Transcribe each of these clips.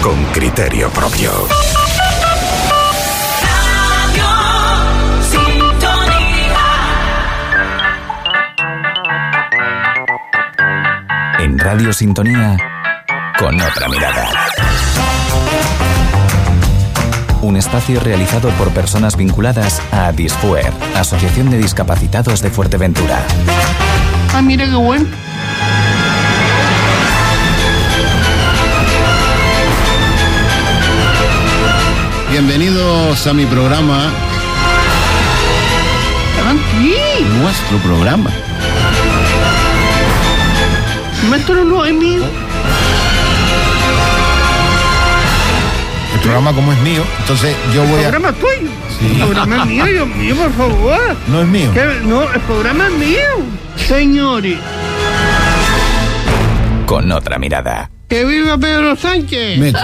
con criterio propio. En Radio Sintonía, con otra mirada. Un espacio realizado por personas vinculadas a Disfuer, Asociación de Discapacitados de Fuerteventura. Ah, mira qué bueno. Bienvenidos a mi programa, Aquí. nuestro programa. Mételo no es mío. El programa como es mío, entonces yo voy a... Programa tuyo. El programa es mío, Dios mío, por favor. No es mío. Que- No, el programa es mío. Señores, Con otra mirada. que viva Pedro Sánchez. Mete.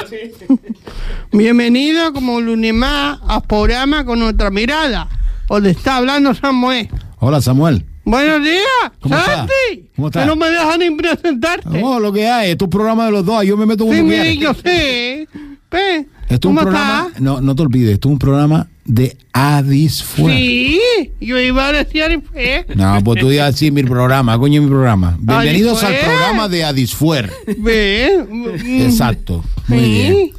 Bienvenido como lunes más a programa con otra mirada. Os le está hablando Samuel. Hola Samuel. Buenos días, ¿Cómo está? Santi. ¿Cómo está? Que no me dejan ni presentarte. Oh, lo que hay, es tu programa de los dos, yo me meto sí, uno que mi, hay. yo sé. Pe, Esto es un ¿Cómo programa, estás? no, no te olvides, esto es un programa de Adisfuer. Sí, yo iba a decir, eh, No, pues tú digas así, mi programa, coño, mi programa. Bienvenidos al Adisfuer. programa de Adisfuer. ve. mm, Exacto, muy Sí. bien.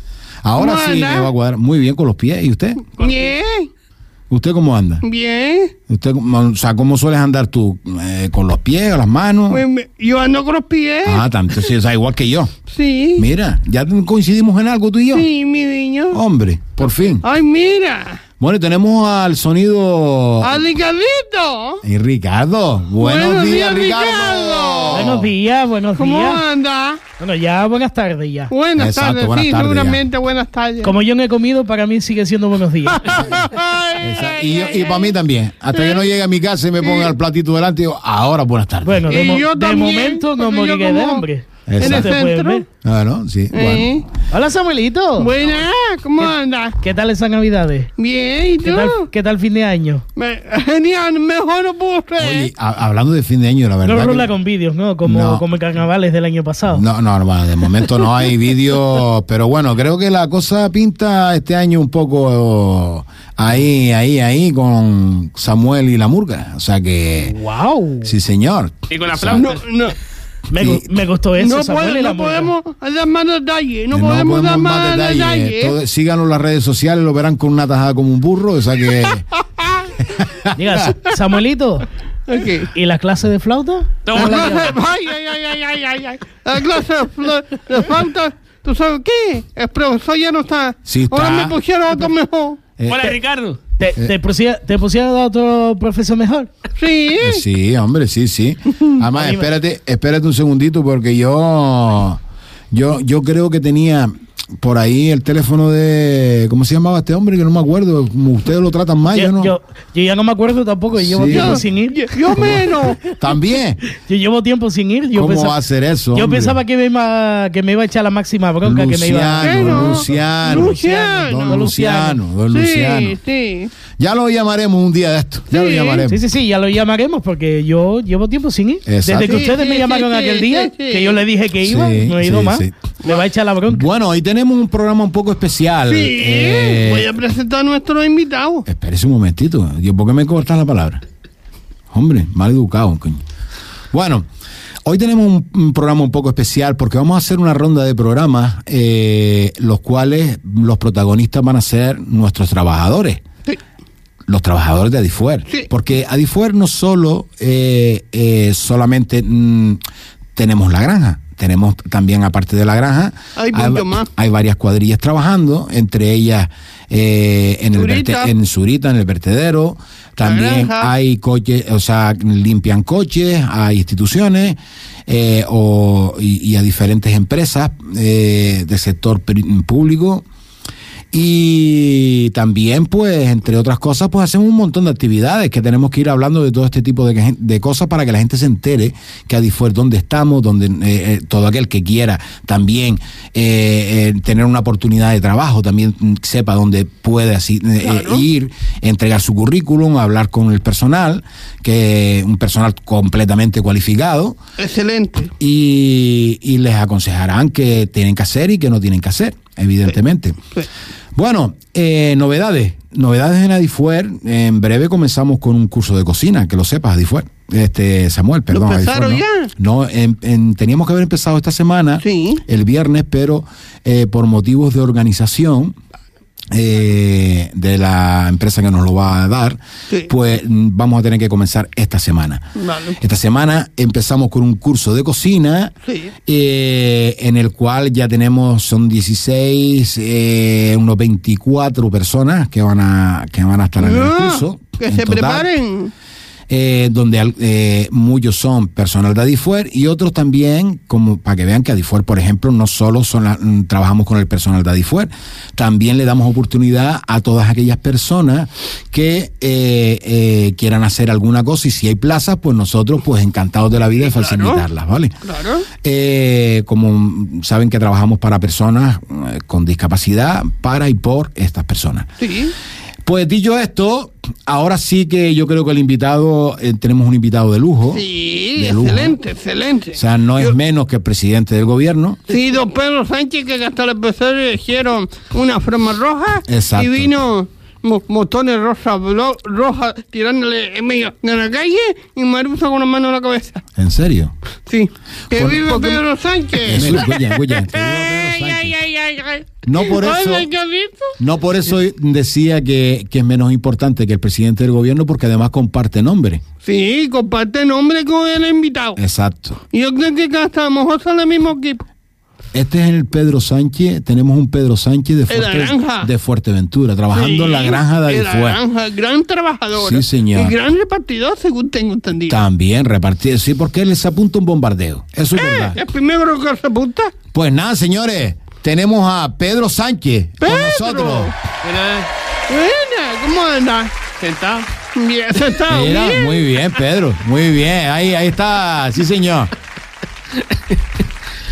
Ahora ¿Cómo sí anda? me va a cuadrar muy bien con los pies. ¿Y usted? Bien, ¿Usted cómo anda? bien. ¿Usted, cómo- o sea, ¿cómo sueles andar tú? Eh, ¿Con los pies, con las manos? Me- me- Yo ando con los pies. Ah, tanto, sí, o sea, igual que yo. Sí, Mira, ya coincidimos en algo tú y yo. sí, mi niño. Hombre, por fin. Ay, mira. Bueno, y tenemos al sonido. Alicadito. Y Ricardo. Buenos, días, Ricardo. Buenos días, buenos ¿Cómo días. anda? Bueno, ya buenas tardes ya. Buenas Exacto, tardes, buenas sí, tardes, seguramente buenas tardes. Como yo no he comido, para mí sigue siendo buenos días. Ay, Esa- ay, y, yo- ay, y para mí también. Hasta que no llegue a mi casa y me ponga el platito delante, digo, ahora buenas tardes. Bueno, de, Y mo- yo de también, momento no porque yo moriré de como hambre. en el Eso te puede centro. ver. Ah, ¿no? Sí, Eh. bueno. Hola Samuelito. Buenas, ¿cómo anda? ¿Qué tal esas navidades? Bien, ¿y ¿Qué tal, tú? qué tal fin de año? Me- genial, mejor no puedo Oye, creer. ha- hablando de fin de año, la verdad. No que- rula con vídeos, ¿no? Como, No. como en carnavales del año pasado. No, no, hermano, de momento no hay vídeo, pero bueno, creo que la cosa pinta este año un poco ahí, ahí, ahí con Samuel y la murga. O sea que, ¡Wow! sí señor. Y con O sea, No, aplausos. no, Me, Sí. gu- me gustó eso, no, Pues, Samuel puedo- y la no murga. podemos dar más detalles, no, podemos dar más detalles. ¿eh? Todo- síganos en las redes sociales, lo verán con una tajada como un burro. O sea que, Diga, Sa- Samuelito, Ok. ¿y las clases de flauta? La No, no, clase, ay, ay, ay, ay, ay, ay, ay. La clase de flo- de flauta, ¿tú sabes qué? El profesor ya no está. Sí Ahora está. me pusieron otro mejor. eh, Hola, Ricardo. ¿Te, te pusiera, te pusiera a otro profesor mejor? Sí, eh, sí, hombre, sí, sí. Además, espérate, espérate un segundito porque yo, yo, yo creo que tenía por ahí el teléfono de, ¿cómo se llamaba este hombre? Que no me acuerdo. Como ustedes lo tratan mal, Ah, yo, yo, no. yo- yo ya no me acuerdo tampoco, yo llevo Sí. tiempo Yo- sin ir. Yo, yo menos. También. llevo tiempo sin ir. Yo ¿Cómo pensaba, va a ser eso? yo hombre? pensaba que me, iba, que me iba a echar la máxima bronca que me iba a... ¿Qué no? Luciano, Luciano, Luciano. Don Luciano, don Luciano. Sí, sí. Ya lo llamaremos un día de esto. Ya lo Sí. llamaremos. Sí, sí, sí, ya lo llamaremos porque yo llevo tiempo sin ir. Exacto. Desde que Sí, ustedes sí, me sí, llamaron sí, aquel sí, día, sí. que yo le dije que iba, Sí, no he ido sí, más, sí. me va a echar la bronca. Bueno, hoy tenemos un programa un poco especial. Sí, Eh, voy a presentar a nuestro invitado. Espérese un momentito. Yo, ¿Por qué me cortas la palabra? Hombre, mal educado, coño. Bueno, hoy tenemos un, un programa un poco especial porque vamos a hacer una ronda de programas, eh, los cuales los protagonistas van a ser nuestros trabajadores. Sí. Los trabajadores de Adifuer. Sí. Porque Adifuer no solo eh, eh, solamente mm, tenemos la granja, tenemos también aparte de la granja, Hay mucho más. hay varias cuadrillas trabajando, entre ellas eh, en, el Zurita. verte- en Zurita, en el vertedero. También granja. hay coches, o sea, limpian coches, hay instituciones eh, o, y, y a diferentes empresas eh, del sector pri- público. Y también, pues, entre otras cosas, pues hacemos un montón de actividades que tenemos que ir hablando de todo este tipo de, gen- de cosas para que la gente se entere que Adifuer, dónde estamos, donde todo aquel que quiera también eh, eh, tener una oportunidad de trabajo, también mm, sepa dónde puede así, eh, Claro. ir, entregar su currículum, hablar con el personal, que un personal completamente cualificado Excelente. y, y les aconsejarán qué tienen que hacer y qué no tienen que hacer. evidentemente. Sí. Bueno, eh, novedades. Novedades en Adifuer. En breve comenzamos con un curso de cocina, que lo sepas, Adifuer. Este, Samuel, perdón. empezaron Adifuer, ya? ¿no? No, en- en- teníamos que haber empezado esta semana, Sí. el viernes, pero eh, por motivos de organización eh, de la empresa que nos lo va a dar, Sí. pues mm, vamos a tener que comenzar esta semana. Vale. Esta semana empezamos con un curso de cocina Sí. eh, en el cual ya tenemos, son 16, eh, unos 24 personas que van a, que van a estar en el Ah, curso. que en se total, preparen. eh, donde al- eh, muchos son personal de Adifuer y otros también, como para que vean que Adifuer, por ejemplo, no solo son la- mm, trabajamos con el personal de Adifuer, también le damos oportunidad a todas aquellas personas que eh, eh, quieran hacer alguna cosa y si hay plazas, pues nosotros, pues encantados de la vida de Claro. facilitarlas, ¿vale? Claro. Eh, como mm, saben que trabajamos para personas eh, con discapacidad, para y por estas personas. Sí. Pues dicho esto, ahora sí que yo creo que el invitado, eh, tenemos un invitado de lujo. Sí, Oh, de lujo. excelente, excelente. O sea, no es menos que el presidente del gobierno. Sí, don Pedro Sánchez, que hasta el empresario le hicieron una forma roja Exacto. y vino mo- motones rosa, blo- roja tirándole en medio de la calle y Maruso con la mano en la cabeza. ¿En serio? Sí. ¡Que Por- vive porque- Pedro Sánchez! Eso, Goya, Goya, te digo, Pedro Ay, ay, Sánchez. ay, ay, ay. No por eso- Oye, ¿qué has visto? No por eso decía que, que es menos importante que el presidente del gobierno porque además comparte nombre. Sí, comparte nombre con el invitado. Exacto. Y Yo creo que hasta a lo mejor son el mismo equipo. Este es el Pedro Sánchez, tenemos un Pedro Sánchez de, En la granja. de Fuerteventura, trabajando en la Sí, granja de en la Adifuer. granja, gran trabajador. Sí, señor. Y gran repartidor, según tengo entendido. También repartido, sí, porque él se apunta un bombardeo. Eso Eh, es verdad. El primero que se apunta. Pues nada, señores, tenemos a Pedro Sánchez con nosotros. Buena, ¿cómo andas? eh. sentado. Bien, sentado. Mira, Ah, bien. muy bien, Pedro, muy bien, ahí, ahí está, sí, señor.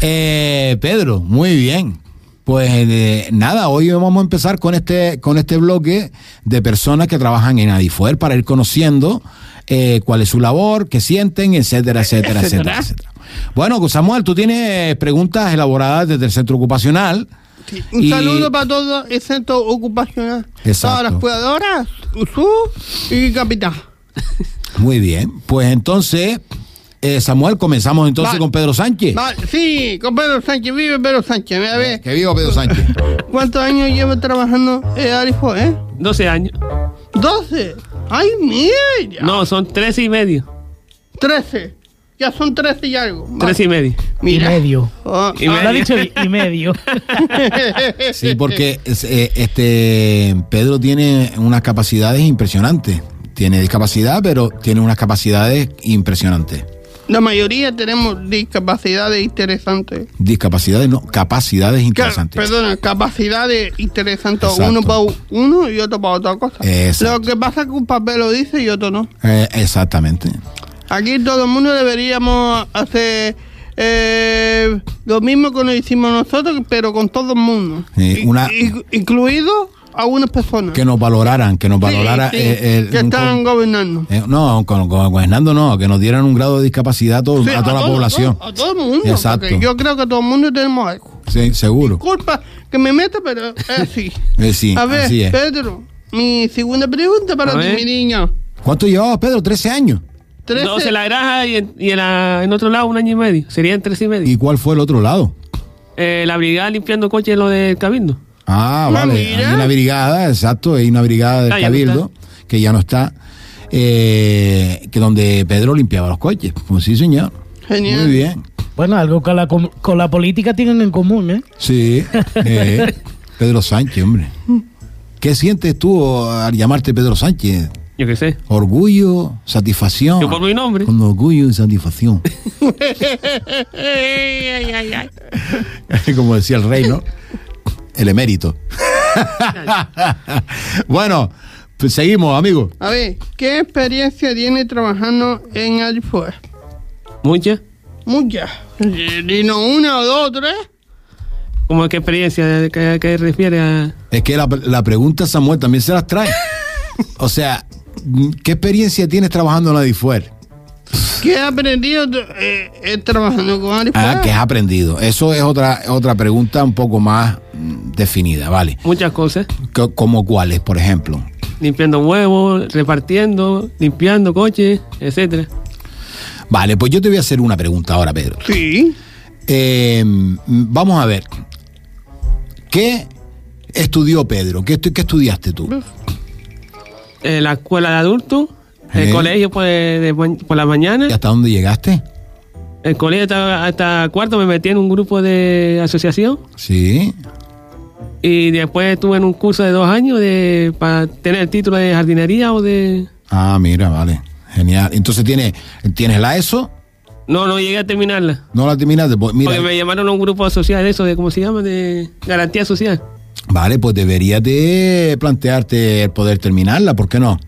Eh, Pedro, muy bien. Pues eh, nada, hoy vamos a empezar con este, con este bloque de personas que trabajan en Adifuer para ir conociendo eh, cuál es su labor, qué sienten, etcétera, etcétera, etcétera, Etcétera. etcétera. Bueno, Samuel, tú tienes preguntas elaboradas desde el centro ocupacional. Un Y- saludo para todo el centro ocupacional. Exacto. Todas las cuidadoras, USU y Capitán. Muy bien, pues entonces, eh, Samuel, comenzamos entonces Vale. con Pedro Sánchez. Vale, sí, con Pedro Sánchez, vive Pedro Sánchez. Mira, a ver, Que viva Pedro Sánchez. ¿cuántos años llevo trabajando en Arifo, eh? 12 años. 12. ¡Ay, mira! No, son 13 y medio. 13. Ya son 13 y algo. Vale. 13 y medio. Mira. Y medio. Ah, Y ah. medio. Lo ha dicho y y medio. Sí, porque es, eh, este Pedro tiene unas capacidades impresionantes. Tiene discapacidad, pero tiene unas capacidades impresionantes. La mayoría tenemos discapacidades interesantes. Discapacidades, no, capacidades Claro, interesantes. perdona, capacidades interesantes. Exacto. Uno para uno y otro para otra cosa. Exacto. Lo que pasa es que un papel lo dice y otro no. Eh, exactamente. Aquí todo el mundo deberíamos hacer eh, lo mismo que nos hicimos nosotros, pero con todo el mundo. Sí, I- una- i- incluido algunas personas. Que nos valoraran, que nos Sí, valorara. sí, eh, el- que están gobernando. eh, no, con, con- con Hernando no, que nos dieran un grado de discapacidad a, todo- Sí, a toda la todo- población. A todo el mundo. Exacto. porque Yo creo que todo el mundo tenemos algo. Sí, seguro. Culpa que me meta, pero es así. Eh, sí, A ver, así es. Pedro, mi segunda pregunta para A ti, ver. mi niño. ¿Cuánto llevabas, Pedro? 13 años. 13, 12 en la granja y en, y en la- en otro lado un año y medio. Serían 13 y medio. ¿Y cuál fue el otro lado? Eh, la brigada limpiando coches, lo del cabildo. Ah, Ah, vale. mira. Hay una brigada, exacto, hay una brigada del Ah, ya no Cabildo que ya no está, eh, que donde Pedro limpiaba los coches. Pues sí, señor. Genial. Muy bien. Bueno, algo con la, com- con la política tienen en común, ¿eh? Sí. eh, Pedro Sánchez, hombre. ¿Qué sientes tú al llamarte Pedro Sánchez? Yo qué sé. Orgullo, satisfacción. Yo por mi nombre. Con orgullo y satisfacción. Ey, ay, ay, ay. Como decía el rey, ¿no? El emérito. bueno, pues seguimos, amigo. A ver, ¿qué experiencia tiene trabajando en Alfue? Mucha. Muchas. Eh, Dino una o dos o tres. ¿Cómo qué experiencia de- que, que refiere a.? Es que la, la pregunta, Samuel, también se las trae. O sea, ¿qué experiencia tienes trabajando en la DIFUER? ¿Qué has aprendido eh, eh, trabajando con Alfue? Ah, ¿qué has aprendido? Eso es otra, otra pregunta un poco más mm, definida, vale. Muchas cosas. Co- ¿Como cuáles, por ejemplo? Limpiando huevos, repartiendo, limpiando coches, etcétera. Vale, pues yo te voy a hacer una pregunta ahora, Pedro. Sí. Eh, vamos a ver. ¿Qué estudió Pedro? ¿Qué, estu- qué estudiaste tú? Eh, la escuela de adultos, Eh. el colegio pues, de ma- por la mañana. ¿Y hasta dónde llegaste? El colegio hasta, hasta cuarto me metí en un grupo de asociación Sí. y después estuve en un curso de dos años de, para tener el título de jardinería o de... Ah, mira, vale. Genial. Entonces tienes, tienes la ESO, No, no llegué a terminarla. no la terminaste. Pues mira, Porque me llamaron a un grupo social de eso, de cómo se llama, de garantía social. vale, pues deberías de plantearte el poder terminarla, ¿por qué no?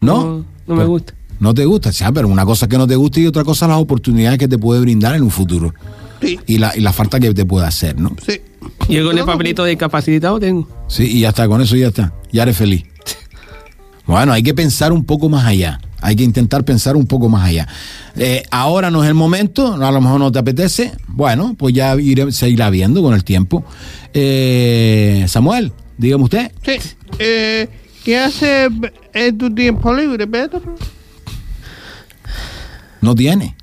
¿No? No, no me Pues, gusta. No te gusta, sí, ah, pero una cosa es que no te gusta y otra cosa las oportunidades que te puede brindar en un futuro. Sí. Y la, y la falta que te puede hacer, ¿no? Sí. Yo con el No, no. papelito de capacitado tengo. Sí, y ya está, con eso ya está. Ya eres feliz. Bueno, hay que pensar un poco más allá. Hay que intentar pensar un poco más allá. Eh, ahora no es el momento, a lo mejor no te apetece. Bueno, pues ya iré- se irá viendo con el tiempo. Eh, Samuel, dígame usted. Sí. Eh, ¿Qué haces en tu tiempo libre, Pedro? No tiene.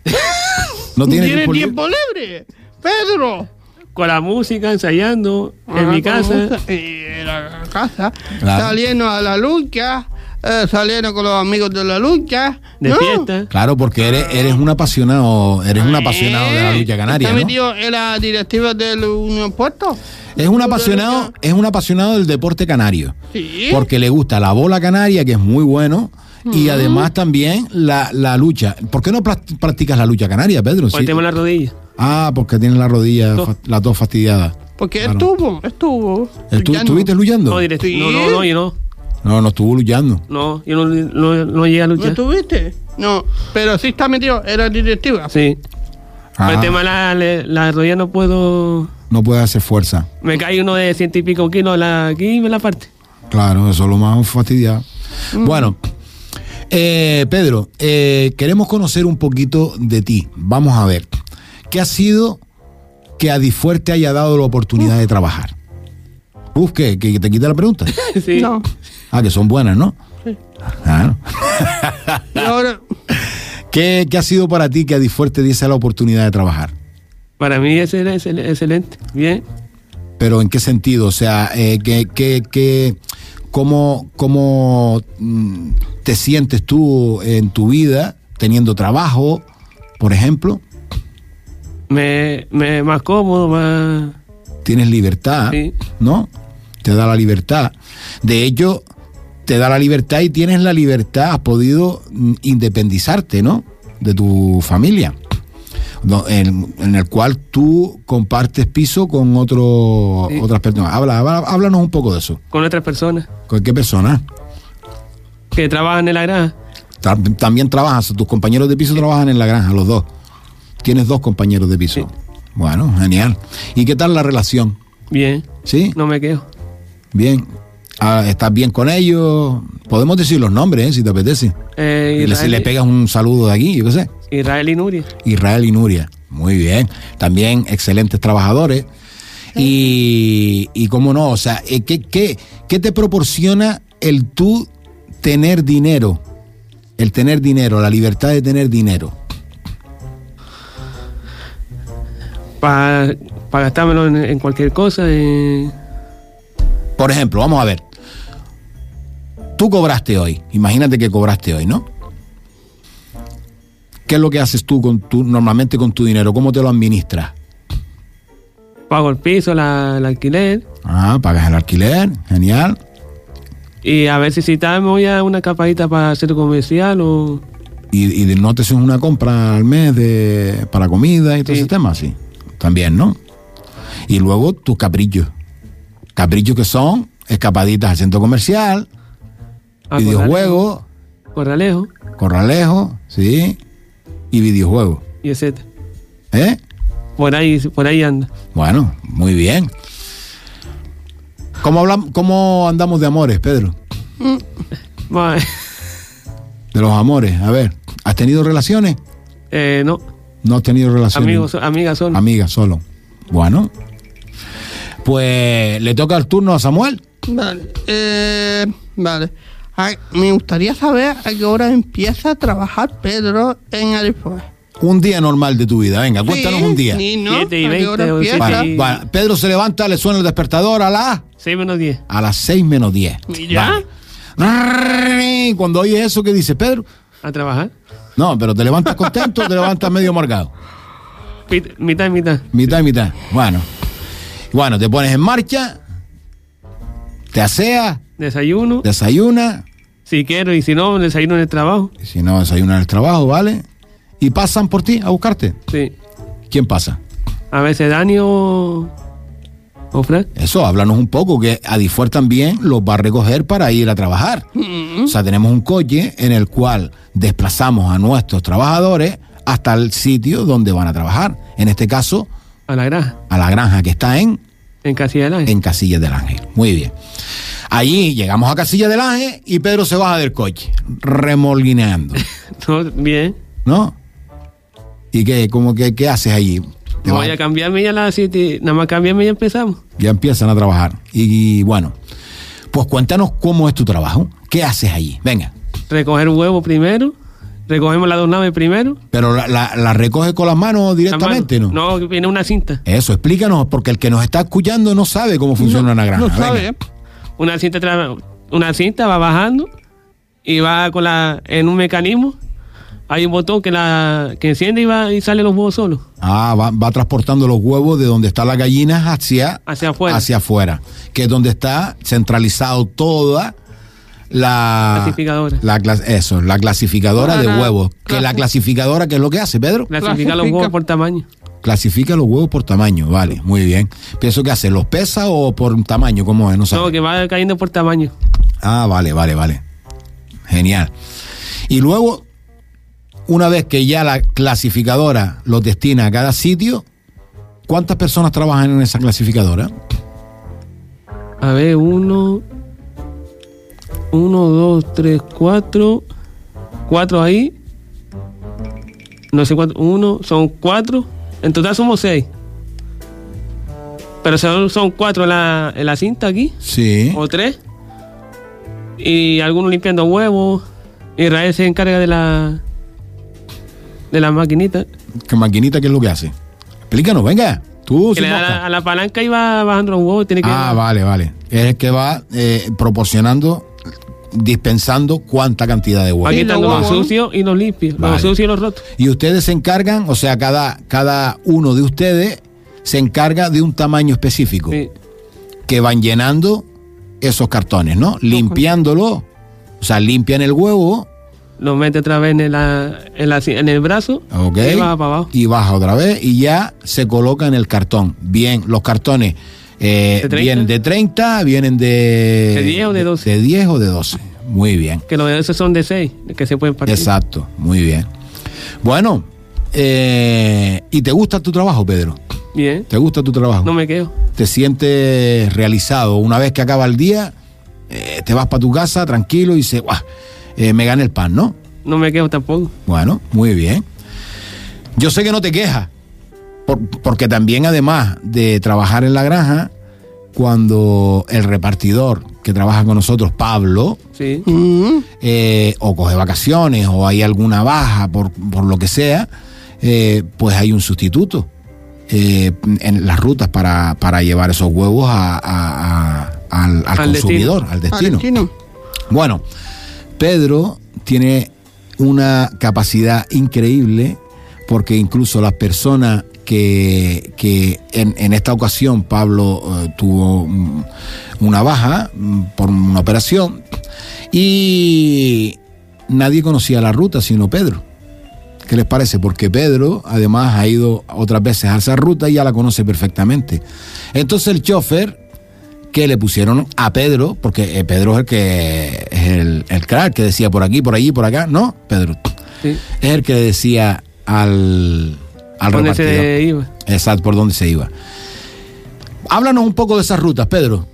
No tiene, ¿Tienes tiempo libre. tiempo libre? Pedro. Con la música, ensayando, en Ajá, mi Ah, con casa. gusto. Y en la casa. Claro. Saliendo a la lucha. eh, saliendo con los amigos de la lucha. De ¿no? fiesta. Claro, porque eres, eres un apasionado, eres un apasionado de la Eh, lucha canaria. ¿Está ¿no? metido en la directiva del Unión Puerto? Es un apasionado, es un apasionado del deporte canario. Sí. Porque le gusta la bola canaria, que es muy bueno, Mm. y además también la, la lucha. ¿Por qué no plas- practicas la lucha canaria, Pedro? Por Sí. el tema de pues la rodilla. Ah, porque tienes la rodilla, Dos. fa- las dos fastidiadas. Porque Claro. estuvo, estuvo. ¿Estu- Ya no. ¿Estuviste luchando? No, directo. Sí. No, no, no, yo no. No, no estuvo luchando. No, yo no, no, no llegué a ¿No luchar. estuviste? No, pero sí está metido en la directiva. Sí. Por Ah, el tema de la, le- la rodilla no puedo. No puedes hacer fuerza. Me cae uno de ciento y pico kilos la- aquí y me la parte. Claro, eso es lo más fastidiado. Bueno, eh, Pedro, eh, queremos conocer un poquito de ti. Vamos a ver. ¿Qué ha sido que Adifuerte haya dado la oportunidad de trabajar? Uf, ¿qué? ¿Que te quita la pregunta? Sí. No. Ah, que son buenas, ¿no? Claro. Ah. Y ahora, ¿Qué, qué ha sido para ti que Adifuerte diese la oportunidad de trabajar? Para mí ese era excel- excelente. Bien. ¿Pero en qué sentido? O sea, eh, ¿qué, qué- qué- cómo, cómo, mm, te sientes tú en tu vida teniendo trabajo, por ejemplo? Me, me más cómodo, más. Tienes libertad, Sí. ¿no? Te da la libertad. De hecho, te da la libertad y tienes la libertad, has podido mm, independizarte, ¿no? De tu familia. No, En, en el cual tú compartes piso con otro, Sí. otras personas. Habla, habla- háblanos un poco de eso. Con otras personas ¿Con qué persona? que trabajan en la granja. Ta- También trabajas, tus compañeros de piso trabajan en la granja, los dos. Tienes dos compañeros de piso. Bueno, genial. ¿Y qué tal la relación? Bien. ¿Sí? No me quejo. Bien. Ah, ¿Estás bien con ellos? Podemos decir los nombres, eh, si te apetece. Eh, Y le- si Israel, le pegas un saludo de aquí, yo qué sé. Israel y Nuria. Israel y Nuria. Muy bien. También excelentes trabajadores. Y, y cómo no, o sea, eh, ¿qué, qué, qué te proporciona el tú tener dinero? El tener dinero, la libertad de tener dinero. Para gastármelo en, en cualquier cosa. eh. Por ejemplo, vamos a ver. Tú cobraste hoy. Imagínate que cobraste hoy, ¿no? ¿Qué es lo que haces tú con tu, normalmente con tu dinero? ¿Cómo te lo administras? pago el piso, la, el alquiler. Ah, pagas el alquiler, genial. Y a ver si si tal me voy a una capadita para hacer comercial o. Y, y de- no te haces una compra al mes de, para comida y todo Sí. ese tema, sí. También, ¿no? Y luego tus caprichos. Caprichos que son escapaditas al centro comercial, a videojuegos, Corralejo, corralejos, ¿sí? Y videojuegos, y etcétera. ¿eh? Por ahí, por ahí anda. Bueno, muy bien. ¿Cómo, hablam- ¿Cómo andamos de amores, Pedro? Ma- De los amores, a ver. ¿Has tenido relaciones? eh, no, No has tenido relaciones. amigos, amigas son. Amigas solo. Bueno. Pues le toca el turno a Samuel. Vale. eh, vale. Ay, me gustaría saber a qué hora empieza a trabajar Pedro en Arifuez. Un día normal de tu vida. Venga, cuéntanos un día. Ni no, Siete y a qué hora veinte o empieza. siete Vale, Sí. vale. Pedro se levanta, le suena el despertador a las 6 menos 10. a las 6 menos 10. ¿Y ya? Vale. Cuando oyes eso, ¿qué dice Pedro? A trabajar. No, pero te levantas contento, o te levantas medio amargado. Pit- mitad y mitad. Mitad y mitad. Bueno. Bueno, te pones en marcha, te aseas, Desayuno. desayunas, si quiero y si no, desayuno en el trabajo. y si no desayunas en el trabajo, ¿vale? Y pasan por ti a buscarte. Sí. ¿Quién pasa? A veces Dani o. O Fran. Eso, háblanos un poco, que Adifuer también los va a recoger para ir a trabajar. O sea, tenemos un coche en el cual desplazamos a nuestros trabajadores hasta el sitio donde van a trabajar. En este caso, A la granja. a la granja que está en En Casilla del Ángel. en Casillas del Ángel. Muy bien. Allí llegamos a Casillas del Ángel y Pedro se baja del coche, remolguineando, No, bien. ¿no? ¿Y qué, como que, qué haces allí? Te Voy vas- a cambiarme ya a las 7. Nada más cambiarme y ya empezamos. ya empiezan a trabajar. Y, y, bueno, pues cuéntanos cómo es tu trabajo, qué haces allí. Venga, Recoger huevo primero. Recogemos las dos naves primero. pero la, la, la recoges con las manos directamente, Las ¿no? manos. No, viene una cinta. Eso, explícanos, porque el que nos está escuchando no sabe cómo funciona una granja. No Venga. sabe, ¿eh? Una cinta, tra- una cinta va bajando y va con la, en un mecanismo. Hay un botón que la que enciende y, va, y sale los huevos solos. Ah, va, va transportando los huevos de donde están las gallinas hacia, Hacia afuera. hacia afuera, que es donde está centralizado toda la Clasificadora. la clas- eso, la clasificadora de Ah, la- huevos. Que la clasi- clasificadora, ¿qué es lo que hace, Pedro? Clasifica los Clasifica. huevos por tamaño. Clasifica los huevos por tamaño, vale, muy bien. ¿Pienso que hace? ¿Los pesa o por tamaño? ¿Cómo es? No sabe. No, que va cayendo por tamaño. Ah, vale, vale, vale. Genial. Y luego, una vez que ya la clasificadora los destina a cada sitio, ¿cuántas personas trabajan en esa clasificadora? A ver, uno. Uno, dos, tres, cuatro. Cuatro ahí. No sé cuánto. Uno, son cuatro. En total somos seis. Pero son, son cuatro en la, en la cinta aquí. Sí. O tres. Y algunos limpiando huevos. Israel se encarga de la. De la maquinita. ¿Qué maquinita qué es lo que hace? Explícanos, venga. Tú, Que sin le da mosca. la- a la palanca y va bajando los huevos. Tiene que Ah, vale, vale. Es el que va eh, proporcionando, dispensando cuánta cantidad de va huevos. Aquí- quitando los los huevos, ¿no? sucios y los limpios. Vale. Los sucios y los rotos. Y ustedes se encargan, o sea, cada, cada uno de ustedes se encarga de un tamaño específico. Sí. que van llenando esos cartones, ¿no? Limpiándolo. O sea, limpian el huevo, lo mete otra vez en, la, en, la- en el brazo ¿ok? y baja para abajo. Y baja otra vez y ya se coloca en el cartón. Bien, los cartones eh, ¿De 30? vienen de 30, vienen de... ¿De 10 o de 12? De, 10 o de 12. Muy bien. Que los de esos son de 6, que se pueden partir. Exacto, muy bien. Bueno, eh, ¿y te gusta tu trabajo, Pedro? Bien, ¿Te gusta tu trabajo? no me quedo. te sientes realizado. Una vez que acaba el día, eh, te vas para tu casa tranquilo y dices, "Guau, eh, me gané el pan, ¿no? No me quedo tampoco. Bueno, muy bien. Yo sé que no te quejas, por- porque también además de trabajar en la granja, cuando el repartidor que trabaja con nosotros, Pablo, Sí. Mm, eh, o coge vacaciones o hay alguna baja por, por lo que sea, eh, pues hay un sustituto eh, en las rutas para, para llevar esos huevos a- a- a- al, al Al consumidor, al destino. Argentino. Bueno, Pedro tiene una capacidad increíble porque incluso las personas que, que en, en esta ocasión Pablo eh, tuvo mm, una baja mm, por una operación y nadie conocía la ruta sino Pedro. ¿Qué les parece? Porque Pedro además ha ido otras veces a esa ruta y ya la conoce perfectamente. Entonces el chofer que le pusieron a Pedro, porque eh, Pedro es el que es el, el crack que decía por aquí, por allí, por acá. No, Pedro sí. es el que le decía al, al ¿Dónde repartidor. se iba? Exacto, por dónde se iba. Háblanos un poco de esas rutas, Pedro.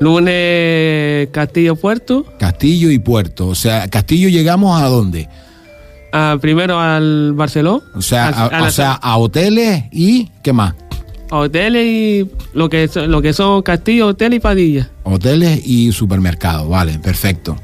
Lunes, Castillo Puerto. Castillo y Puerto. O sea, Castillo llegamos a dónde? a- primero al Barceló. O sea, al- a, a la- o sea, a hoteles y ¿qué más? a hoteles y lo que, so- lo que son castillos, hoteles y padillas. Hoteles y supermercados, vale, perfecto.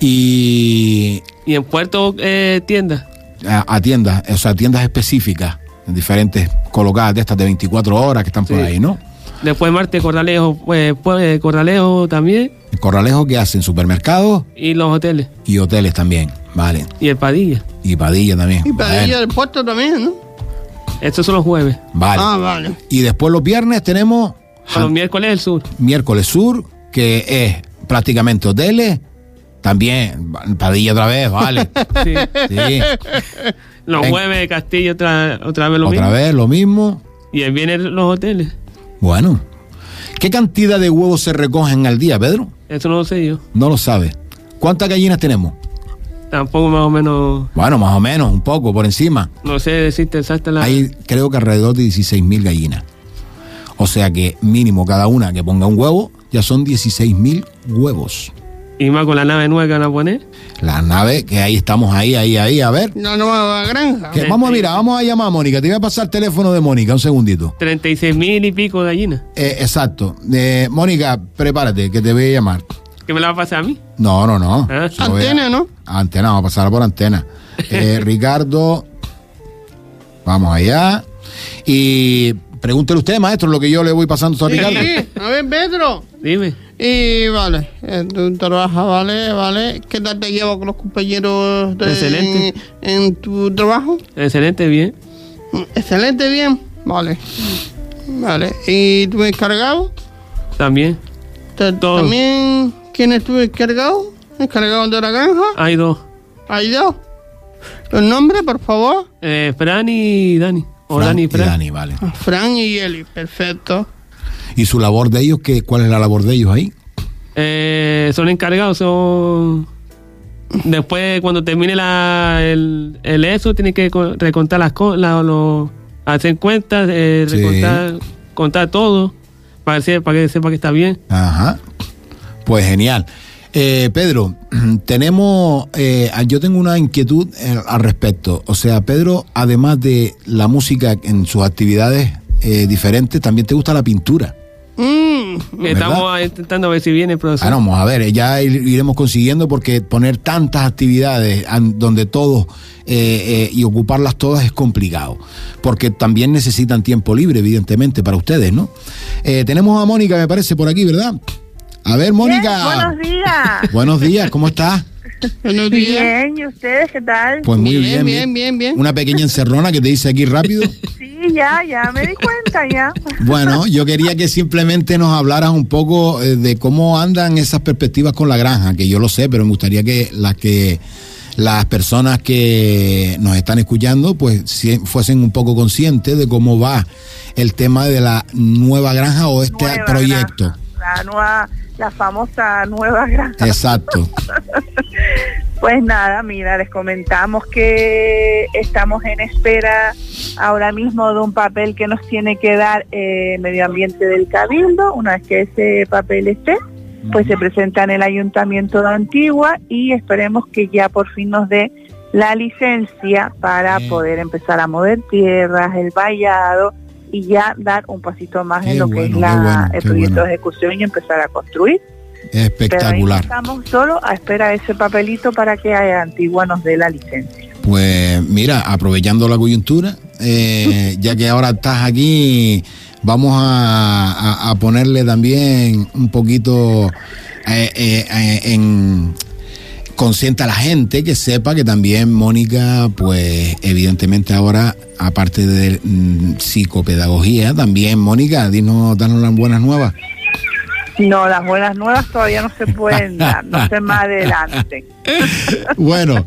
Y Y en Puerto eh, tiendas. a, a tiendas, o sea, tiendas específicas, diferentes colocadas de estas de 24 horas que están por Sí. ahí, ¿no? Después Marte Corralejo, pues, pues, Corralejo también El corralejo que hacen supermercados y los hoteles y hoteles también, vale. y el Padilla. Y Padilla también. Y para bueno, ella el puesto también, ¿no? Estos son los jueves. Vale. Ah, vale. Y después los viernes tenemos Para los miércoles el sur. miércoles sur, que es prácticamente hoteles. También, Padilla otra vez, vale. Sí. Sí, Los Ven. jueves de Castillo otra, otra vez lo otra mismo. vez lo mismo. Y el viernes los hoteles. Bueno. ¿Qué cantidad de huevos se recogen al día, Pedro? Eso no lo sé yo. No lo sabes. ¿Cuántas gallinas tenemos? Tampoco más o menos, Bueno, más o menos, un poco, por encima. no sé decirte exacta la... Hay creo que alrededor de 16.000 gallinas. O sea que mínimo cada una que ponga un huevo, ya son 16.000 huevos. Y más con la nave nueva que van a poner. La nave, que ahí estamos, ahí, ahí, ahí, a ver. La nueva granja. Que vamos a mirar, vamos a llamar a Mónica. Te voy a pasar el teléfono de Mónica, un segundito. 36 mil y pico gallinas. Eh, exacto. Eh, Mónica, prepárate, que te voy a llamar. ¿Qué me la va a pasar a mí? No, no, no. Ah. Se lo voy a- Antena, ¿no? Antena, vamos a pasar por antena. Eh, Ricardo, vamos allá. Y pregúntele usted, maestro, lo que yo le voy pasando a Sí, Ricardo. a ver, Pedro. Dime. Y vale, eh, tú trabajas, vale, vale. ¿Qué tal te llevas con los compañeros de- Excelente. En, en tu trabajo? Excelente, bien. Mm, Excelente, bien. Vale. Vale. ¿Y tu encargado? También. Ta- Todo. ¿También quién es tu encargado? ¿Encargado de la granja? Hay dos. Hay dos. ¿Los nombres, por favor? Eh, Fran y Dani. O Fran Dani y y Fran. Dani, vale. Fran y Eli, perfecto. ¿Y su labor de ellos? ¿qué, ¿Cuál es la labor de ellos ahí? Eh, son encargados, son... Después, cuando termine la, el, el ESO, tiene que co- recontar las cosas, hacer cuentas, eh, Sí. recontar, contar todo, para que, se- para que sepa que está bien. Ajá. Pues genial. Eh, Pedro, tenemos, eh, yo tengo una inquietud eh, al respecto. O sea, Pedro, además de la música en sus actividades eh, diferentes, también te gusta la pintura. Mm, ¿Verdad? Estamos intentando ver si viene el profesor. Ah, no, vamos a ver, eh, ya ir- iremos consiguiendo porque poner tantas actividades an- donde todos eh, eh, y ocuparlas todas es complicado, porque también necesitan tiempo libre, evidentemente, para ustedes, ¿no? Eh, tenemos a Mónica, me parece, por aquí, ¿verdad? A ver, Mónica. Bien, buenos días. Buenos días, ¿cómo estás? buenos días. Bien, ¿y ustedes qué tal? Pues muy Bien, bien, bien, bien, bien. Una pequeña encerrona que te dice aquí rápido. Sí, ya, ya me di cuenta, ya. Bueno, yo quería que simplemente nos hablaras un poco eh, de cómo andan esas perspectivas con la granja, que yo lo sé, pero me gustaría que las que las personas que nos están escuchando pues si- fuesen un poco conscientes de cómo va el tema de la nueva granja o este Nueva proyecto. granja, la nueva, la famosa nueva granja. Exacto. Pues nada, mira, les comentamos que estamos en espera ahora mismo de un papel que nos tiene que dar eh, Medio Ambiente del Cabildo. Una vez que ese papel esté, pues se presenta en el Ayuntamiento de Antigua y esperemos que ya por fin nos dé la licencia para Bien. poder empezar a mover tierras, el vallado y ya dar un pasito más Qué en lo que es bueno, la, qué bueno, el qué proyecto bueno. de ejecución y empezar a construir. Pero ahí Espectacular. estamos solo a espera de ese papelito para que Antigua nos dé la licencia. Pues mira, aprovechando la coyuntura, eh, ya que ahora estás aquí, vamos a, a- a ponerle también un poquito eh, eh, eh, en consciente a la gente que sepa que también Mónica, pues evidentemente ahora, aparte de mm, psicopedagogía, también Mónica, dinos, danos las buenas nuevas. No, las buenas nuevas todavía no se pueden dar, no sé más adelante. Bueno,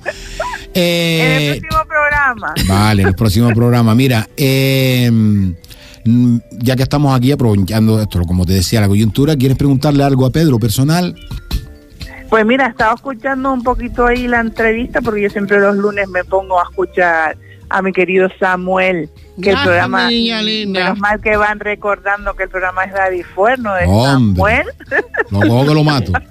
En el eh, próximo programa. Vale, el próximo programa. Mira, eh, mm, ya que estamos aquí aprovechando esto, como te decía, la coyuntura, ¿quieres preguntarle algo a Pedro personal? Pues mira, estaba escuchando un poquito ahí la entrevista porque yo siempre los lunes me pongo a escuchar a mi querido Samuel, que el Gracias, programa, mi niña linda. menos mal que van recordando que el programa es Radio Fuerno de Hombre. Samuel. No, luego que lo mato.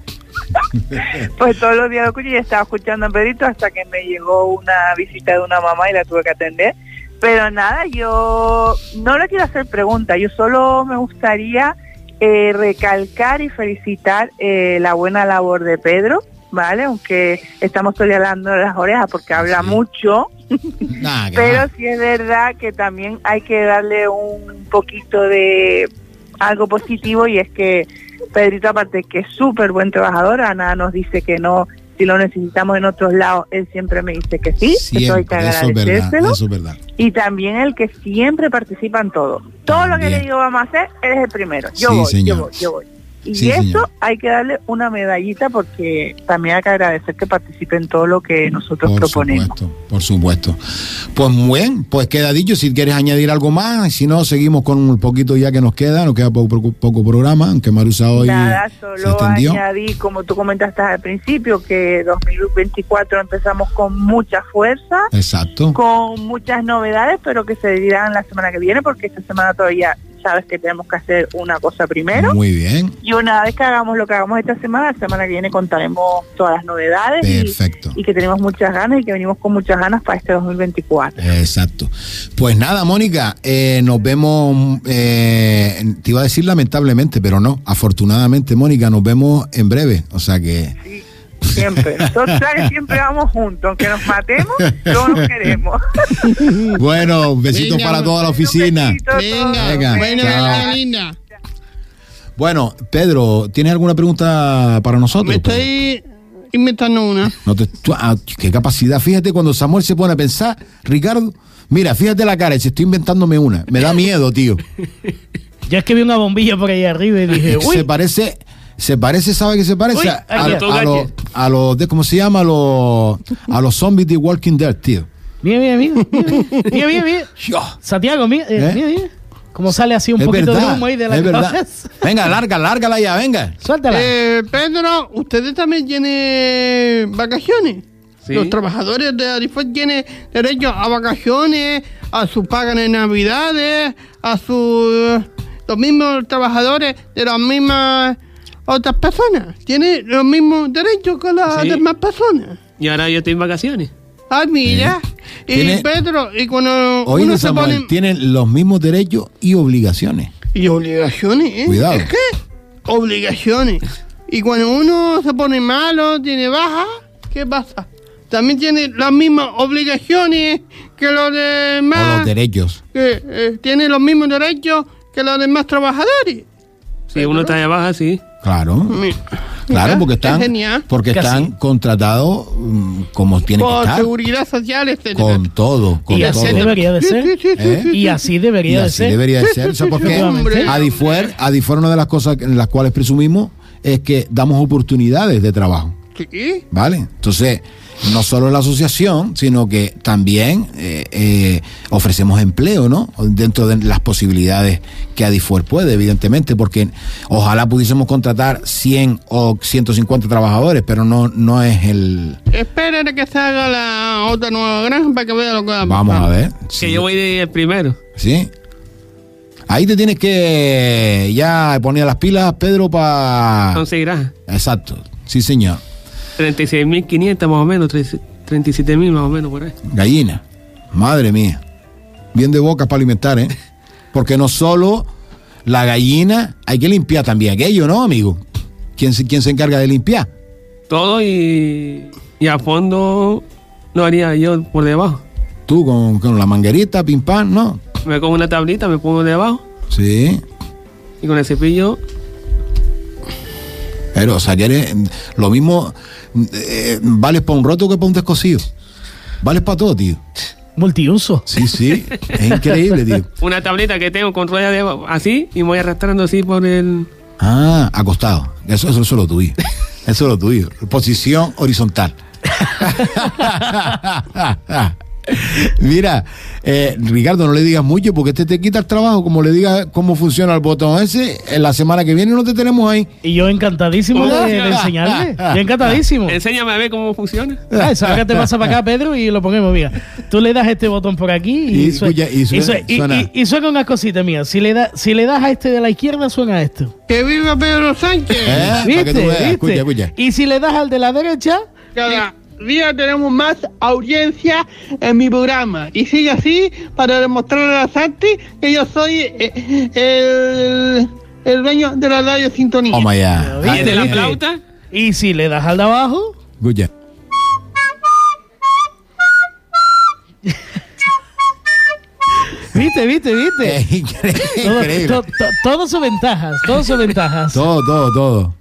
Pues todos los días lo escucho y estaba escuchando a Pedrito hasta que me llegó una visita de una mamá y la tuve que atender. Pero nada, yo no le quiero hacer preguntas, yo solo me gustaría eh, recalcar y felicitar eh, la buena labor de Pedro, ¿vale? Aunque estamos todavía hablando de las orejas porque habla Sí. mucho, Nah, que pero va. sí es verdad que también hay que darle un poquito de algo positivo y es que Pedrito, aparte que es súper buen trabajador, Ana nos dice que no, si lo necesitamos en otros lados, él siempre me dice que sí, eso hay que Siempre, eso es verdad, agradecérselo. eso es verdad. Y también el que siempre participa en todo. Todo lo que Bien. le digo vamos a hacer, él es el primero. Yo Sí, voy, señor. yo voy, yo voy. Y Sí, eso señor. hay que darle una medallita porque también hay que agradecer que participe en todo lo que nosotros Por proponemos. supuesto, por supuesto. Pues muy bien, pues queda dicho, si quieres añadir algo más, y si no, seguimos con un poquito ya que nos queda, nos queda poco, poco- poco programa, aunque Marusa hoy Nada, se solo extendió. añadí, como tú comentaste al principio, que 2024 empezamos con mucha fuerza, Exacto. con muchas novedades, pero que se dirán la semana que viene porque esta semana todavía sabes que tenemos que hacer una cosa primero. Muy bien, Y una vez que hagamos lo que hagamos esta semana, la semana que viene contaremos todas las novedades y, perfecto. y que tenemos muchas ganas y que venimos con muchas ganas para este 2024. Exacto. Pues nada, Mónica, eh, nos vemos, eh, te iba a decir lamentablemente, pero no, afortunadamente, Mónica, nos vemos en breve. O sea que... Sí, Siempre. Nosotros claro, siempre vamos juntos, aunque nos matemos, todos nos queremos. Bueno, besitos Venga, para toda la oficina. Un besito Venga, a todos. Venga, buena chao. Ana linda. Bueno, Pedro, ¿tienes alguna pregunta para nosotros? Me estoy inventando una. No te- tú- ah, qué capacidad. Fíjate cuando Samuel se pone a pensar, Ricardo, mira, fíjate la cara, se estoy inventándome una. Me da miedo, tío. Yo es que vi una bombilla por ahí arriba y dije, se Eh, uy, parece, se parece, ¿sabe qué se parece? Uy, a, aquí. a- a los, a los de- ¿cómo se llama? A los, a los zombies de Walking Dead, tío. mira, mira, mira, mira, mira, mira, mira, mira. Yo. Santiago, mira, eh, ¿Eh? mira, mira. Como sale así un es poquito verdad, de humo ahí de la es verdad. cabeza. Venga, larga, lárgala ya, venga. Suéltala. Eh, Pedro, ¿ustedes también tienen vacaciones? Sí. Los trabajadores de Arifat tienen derecho a vacaciones, a sus pagas de navidades, a sus... Los mismos trabajadores de las mismas otras personas. Tienen los mismos derechos que las Sí. demás personas. Y ahora yo estoy en vacaciones. Ah, mira. Y Eh, Tiene- Pedro, y cuando Oído, uno se Samuel, pone... tienen los mismos derechos y obligaciones. Y obligaciones, ¿eh? Cuidado. ¿Es qué? Obligaciones. Y cuando uno se pone malo, tiene baja, ¿qué pasa? También tiene las mismas obligaciones que los O demás. los derechos. que, eh, tiene los mismos derechos que los demás trabajadores. Si uno está de baja, sí. Claro. Mira, Claro, mira, porque están, es genial. porque Casi. están contratados mm, como tienen que Por estar. seguridad social, etc. Con todo, con y todo. así debería de Sí, ser. sí, sí, sí, ¿Eh? sí, sí. Y así debería Y de así ser. debería de ser. O sea, porque Hombre. Adifuer, Adifuer, una de las cosas en las cuales presumimos es que damos oportunidades de trabajo. Sí. ¿Vale? Entonces, no solo la asociación, sino que también eh, eh, ofrecemos empleo, ¿no? Dentro de las posibilidades que Adifuer puede, evidentemente, porque ojalá pudiésemos contratar 100 o 150 trabajadores, pero no, no es el... Esperen a que salga la otra nueva granja para que vea lo que va a Vamos pasar. a ver. Que Sí. yo voy de primero. ¿Sí? Ahí te tienes que ya poner las pilas, Pedro, para... Conseguirás Exacto, sí señor. 36.500 más o menos, 30- 37.000 más o menos por ahí. Gallina, madre mía. Bien de boca para alimentar, ¿eh? Porque no solo la gallina, hay que limpiar también aquello, ¿no, amigo? ¿Quién, se- quién se encarga de limpiar? Todo y, y a fondo lo haría yo por debajo. Tú con, con la manguerita, pim pam, ¿no? Me como una tablita, me pongo debajo Sí. y con el cepillo Pero, o sea, que eres- lo mismo, eh, vales para un roto que para un descosido. Vales para todo, tío. Multiuso. Sí, sí. Es increíble, tío. una tablita que tengo con ruedas de así y me voy arrastrando así por el Ah, acostado. Eso, eso, eso es lo tuyo. Eso es lo tuyo. Posición horizontal. Mira, eh, Ricardo, no le digas mucho porque este te quita el trabajo. Como le digas cómo funciona el botón ese, en la semana que viene no te tenemos ahí. Y yo encantadísimo Oh, de, yeah. de enseñarle. Yo encantadísimo. enséñame a ver cómo funciona Ah, Eso, ahora te pasa para acá, Pedro, y lo ponemos, mira. Tú le das este botón por aquí y, Y escucha, y suena- y sue- y- suena. y- y suena unas cositas mías. Si le, da, si le das a este de la izquierda, suena esto. ¡Que viva Pedro Sánchez! ¿Eh? Para que ¿Viste? tú veas. ¿Viste? Escucha, escucha. Y si le das al de la derecha, Cada- día tenemos más audiencia en mi programa. Y sigue así para demostrarle a Santi que yo soy eh, el, el dueño de la radio Sintonía. Oh my God. ¿Y el de la ¿viste? flauta? Y si le das al de abajo, Good job. viste, viste, viste. Es increíble. Todo, increíble. to- to- todo sus ventajas, todas sus ventajas. Todo, todo, todo.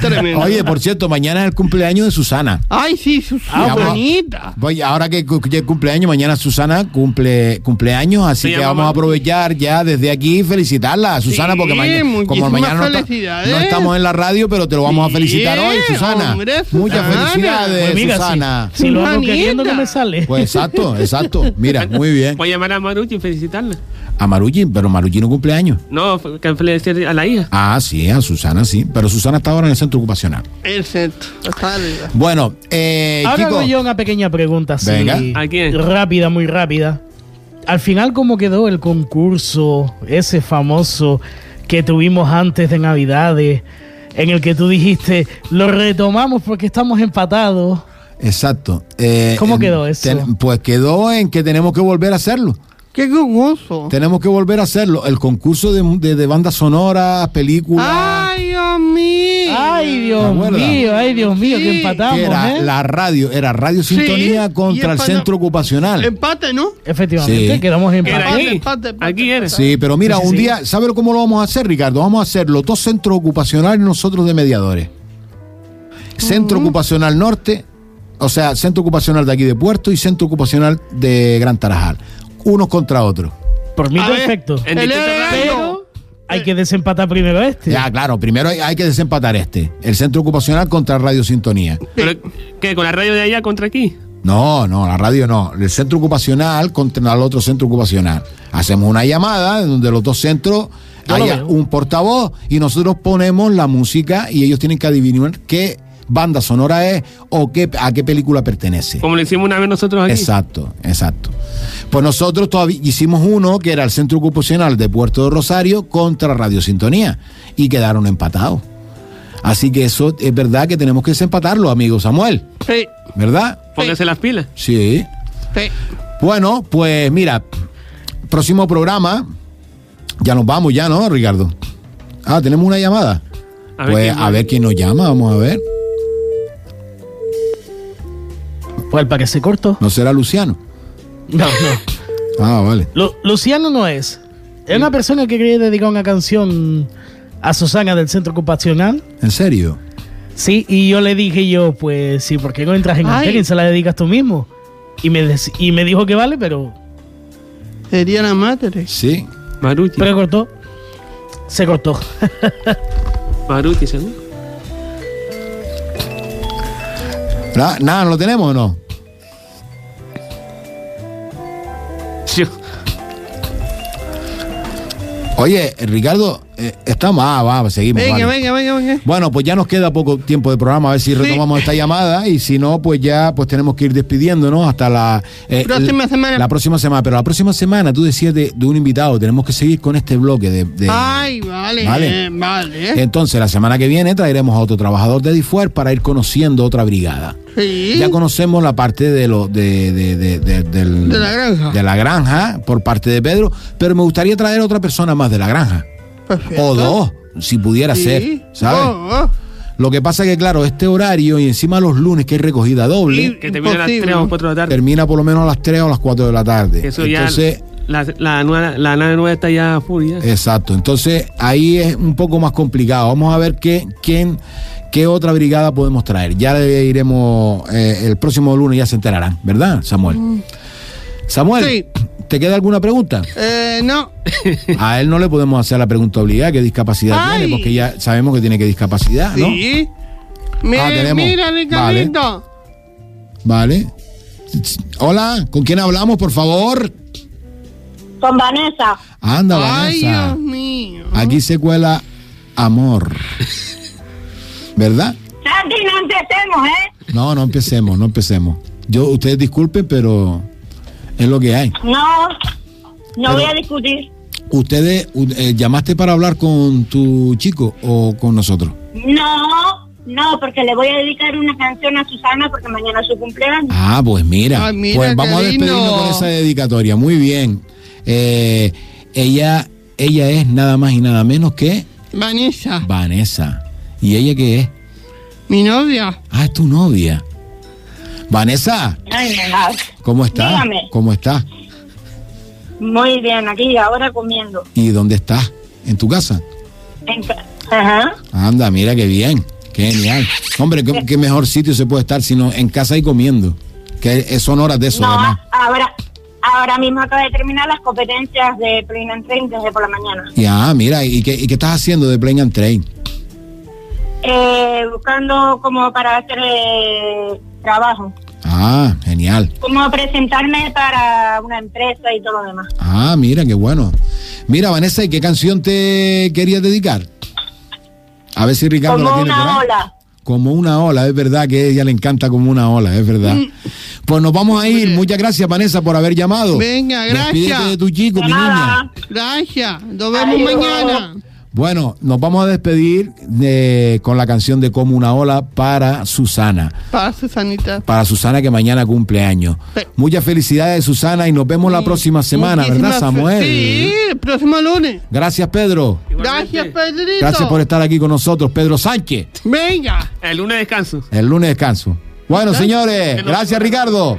Tremendo. Oye, por cierto, mañana es el cumpleaños de Susana. Ay, sí, su, su Ah, bueno. bonita. Voy, ahora que cu- ya es cumpleaños, mañana Susana cumple cumpleaños, así Se que llama vamos a mamá. aprovechar ya desde aquí felicitarla a Susana, Sí, porque mañana, como muchísimas mañana no, está- felicidades. no estamos en la radio, pero te lo vamos Sí, a felicitar hoy, Susana. hombre, Muchas Susana. felicidades, Pues mira, si- Susana. Si, lo hago Susanita. queriendo que me sale. Pues exacto, exacto. Mira, muy bien. Pues- Voy a llamar a Marucci y felicitarla. A Marucci, pero Marucci no cumpleaños. No, fue- que felicitar a la hija. Ah, sí, a Susana sí, pero Susana está ahora en el centro ocupacional. El centro. Hasta arriba. Bueno, eh, Ahora Kiko, hago yo una pequeña pregunta, sí. Venga. ¿A quién? Rápida, muy rápida. Al final, ¿cómo quedó el concurso ese famoso que tuvimos antes de Navidades? En el que tú dijiste, lo retomamos porque estamos empatados. exacto. eh, ¿Cómo em, quedó eso? ten- pues quedó en que tenemos que volver a hacerlo. Qué gozo. Tenemos que volver a hacerlo. El concurso de, de- de bandas sonoras, películas. Ay, Dios mío. Ay, Dios acuerdas? mío, ay, Dios mío, Sí. que empatamos, que era ¿eh? la radio, era Radio Sí, Sintonía y contra el empata- centro ocupacional. Eh, Empate, ¿no? Efectivamente, Sí. quedamos Era empatados. Empate, aquí. empate, empate. Aquí era. Sí, pero mira, Sí, sí, un sí. día, ¿sabes cómo lo vamos a hacer, Ricardo? Vamos a hacer los dos centros ocupacionales y nosotros de mediadores. Centro ocupacional norte, o sea, centro ocupacional de aquí de Puerto y centro ocupacional de Gran Tarajal. Unos contra otros. Por mí, A ver, perfecto. En el distintos Everardo. Pero hay que desempatar primero este. Ya, claro, primero hay, hay que desempatar este. El centro ocupacional contra Radio Sintonía. ¿Pero qué? ¿Con la radio de allá contra aquí? No, no, la radio no. El centro ocupacional contra el otro centro ocupacional. Hacemos una llamada en donde los dos centros Yo lo haya veo. un portavoz y nosotros ponemos la música y ellos tienen que adivinar qué banda sonora es o qué, a qué película pertenece. Como lo hicimos una vez nosotros aquí. Exacto, exacto. Pues nosotros todavía hicimos uno que era el centro ocupacional de Puerto de Rosario contra Radio Sintonía y quedaron empatados. Así que eso es verdad que tenemos que desempatarlo, amigo Samuel, Sí, ¿verdad? Pónganse las pilas. Sí. sí. Bueno, pues mira, próximo programa. Ya nos vamos, ya, ¿no, Ricardo? Ah, tenemos una llamada. A ver pues quién a ver quién nos llama, vamos a ver. Pues para que se corto. No será Luciano. No, no. Ah, vale. Lu- Luciano no es. Es una persona que quería dedicar una canción a Susana del Centro Ocupacional. ¿En serio? Sí, y yo le dije yo, pues sí, ¿por qué no entras en Ay. antena y se la dedicas tú mismo? Y me, dec- y me dijo que vale, pero, Sería la madre. Sí. Marucci. pero cortó. Se cortó. Marucci, seguro. Na- Nada, ¿no lo tenemos o no? Sí. Oye, Ricardo, eh, estamos. Ah, va, seguimos. Venga, vale. venga, venga, venga. Bueno, pues ya nos queda poco tiempo de programa, a ver si retomamos esta llamada y si no, pues ya pues tenemos que ir despidiéndonos hasta la eh, Próxima la- semana. La próxima semana, pero la próxima semana tú decías de, de un invitado, tenemos que seguir con este bloque de, de- Ay, ¿eh? vale, Vale. Eh, vale. vale. Entonces, la semana que viene traeremos a otro trabajador de Difuer para ir conociendo otra brigada. Sí. Ya conocemos la parte de lo de, de- de- de- del- De la granja. de la granja por parte de Pedro, pero me gustaría traer otra persona más de la granja Perfecto. o dos, si pudiera Pues, Sí. ser, ¿sabes? Oh, oh. Lo que pasa que, claro, este horario y encima los lunes que hay recogida doble, Que termina a las Imposible. 3 o 4 de la tarde. termina por lo menos a las 3 o las 4 de la tarde. Eso Entonces, Eh, ya. La, la, nueva- la nave nueva está ya full. ya. exacto. Entonces, ahí es un poco más complicado. Vamos a ver qué, quién, qué otra brigada podemos traer. Ya le iremos eh, el próximo lunes, ya se enterarán, ¿verdad, Samuel? Samuel, Sí. ¿te queda alguna pregunta? Eh, no. A él no le podemos hacer la pregunta obligada, qué discapacidad Ay. tiene, porque ya sabemos que tiene que discapacidad, ¿no? Sí. Mira, Ah, tenemos. mira, Ricardito. Vale. Hola, ¿con quién hablamos, por favor? Con Vanessa. Anda, Ay, Vanessa. Dios mío. Aquí se cuela amor. ¿Verdad? Santi, no empecemos, ¿eh? No, no empecemos, no empecemos. Yo, ustedes disculpen, pero es lo que hay. No, no Pero- voy a discutir. ¿Ustedes u- eh, llamaste para hablar con tu chico o con nosotros? No, no, porque le voy a dedicar una canción a Susana porque mañana es su cumpleaños. Ah, pues mira. Ay, mira pues qué vamos a despedirnos lindo. con esa dedicatoria. Muy bien. Eh, ella, ella es nada más y nada menos que Vanessa, Vanessa. ¿Y ella qué es? mi novia. Ah, es tu novia. Vanessa, Ay, venga. ¿cómo estás? Dígame. ¿Cómo estás? Muy bien, aquí ahora comiendo. ¿Y dónde estás? ¿En tu casa? En ca- Ajá. Anda, mira qué bien. Qué genial. Hombre, qué, qué mejor sitio se puede estar sino en casa y comiendo. Que eh, son horas de eso, No, además. ahora, ahora mismo acaba de terminar las competencias de Play and Train desde por la mañana. Y ah, mira, ¿y qué, y qué estás haciendo de Plane and Train? Eh, buscando como para hacer eh, trabajo, Ah, genial. como presentarme para una empresa y todo lo demás. Ah, mira, qué bueno. Mira, Vanessa, ¿y qué canción te querías dedicar? A ver si Ricardo la Como tiene por una ahí. ola. Como una ola, es verdad que a ella le encanta como una ola, es verdad. Mm. Pues nos vamos a ir. Muchas gracias, Vanessa, por haber llamado. Venga, gracias. Despídete de tu chico, De mi nada. niña. Gracias, nos vemos Adiós. mañana. Bueno, nos vamos a despedir eh, con la canción de Como una ola para Susana. Para Susanita. Para Susana que mañana cumple años. Sí. Muchas felicidades, Susana, y nos vemos la próxima semana, Muchísimas ¿verdad, Samuel? fe- Sí, el próximo lunes. Gracias, Pedro. Gracias, Pedrito. Gracias por estar aquí con nosotros, Pedro Sánchez. Venga. El lunes descanso. El lunes descanso. Bueno, señores, gracias, Ricardo.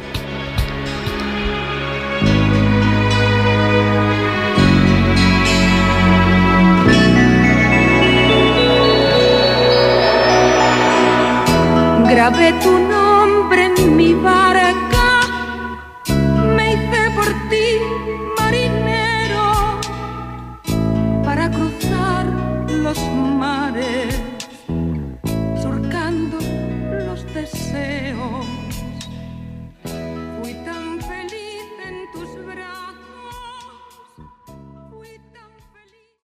Grabé tu nombre en mi barrio.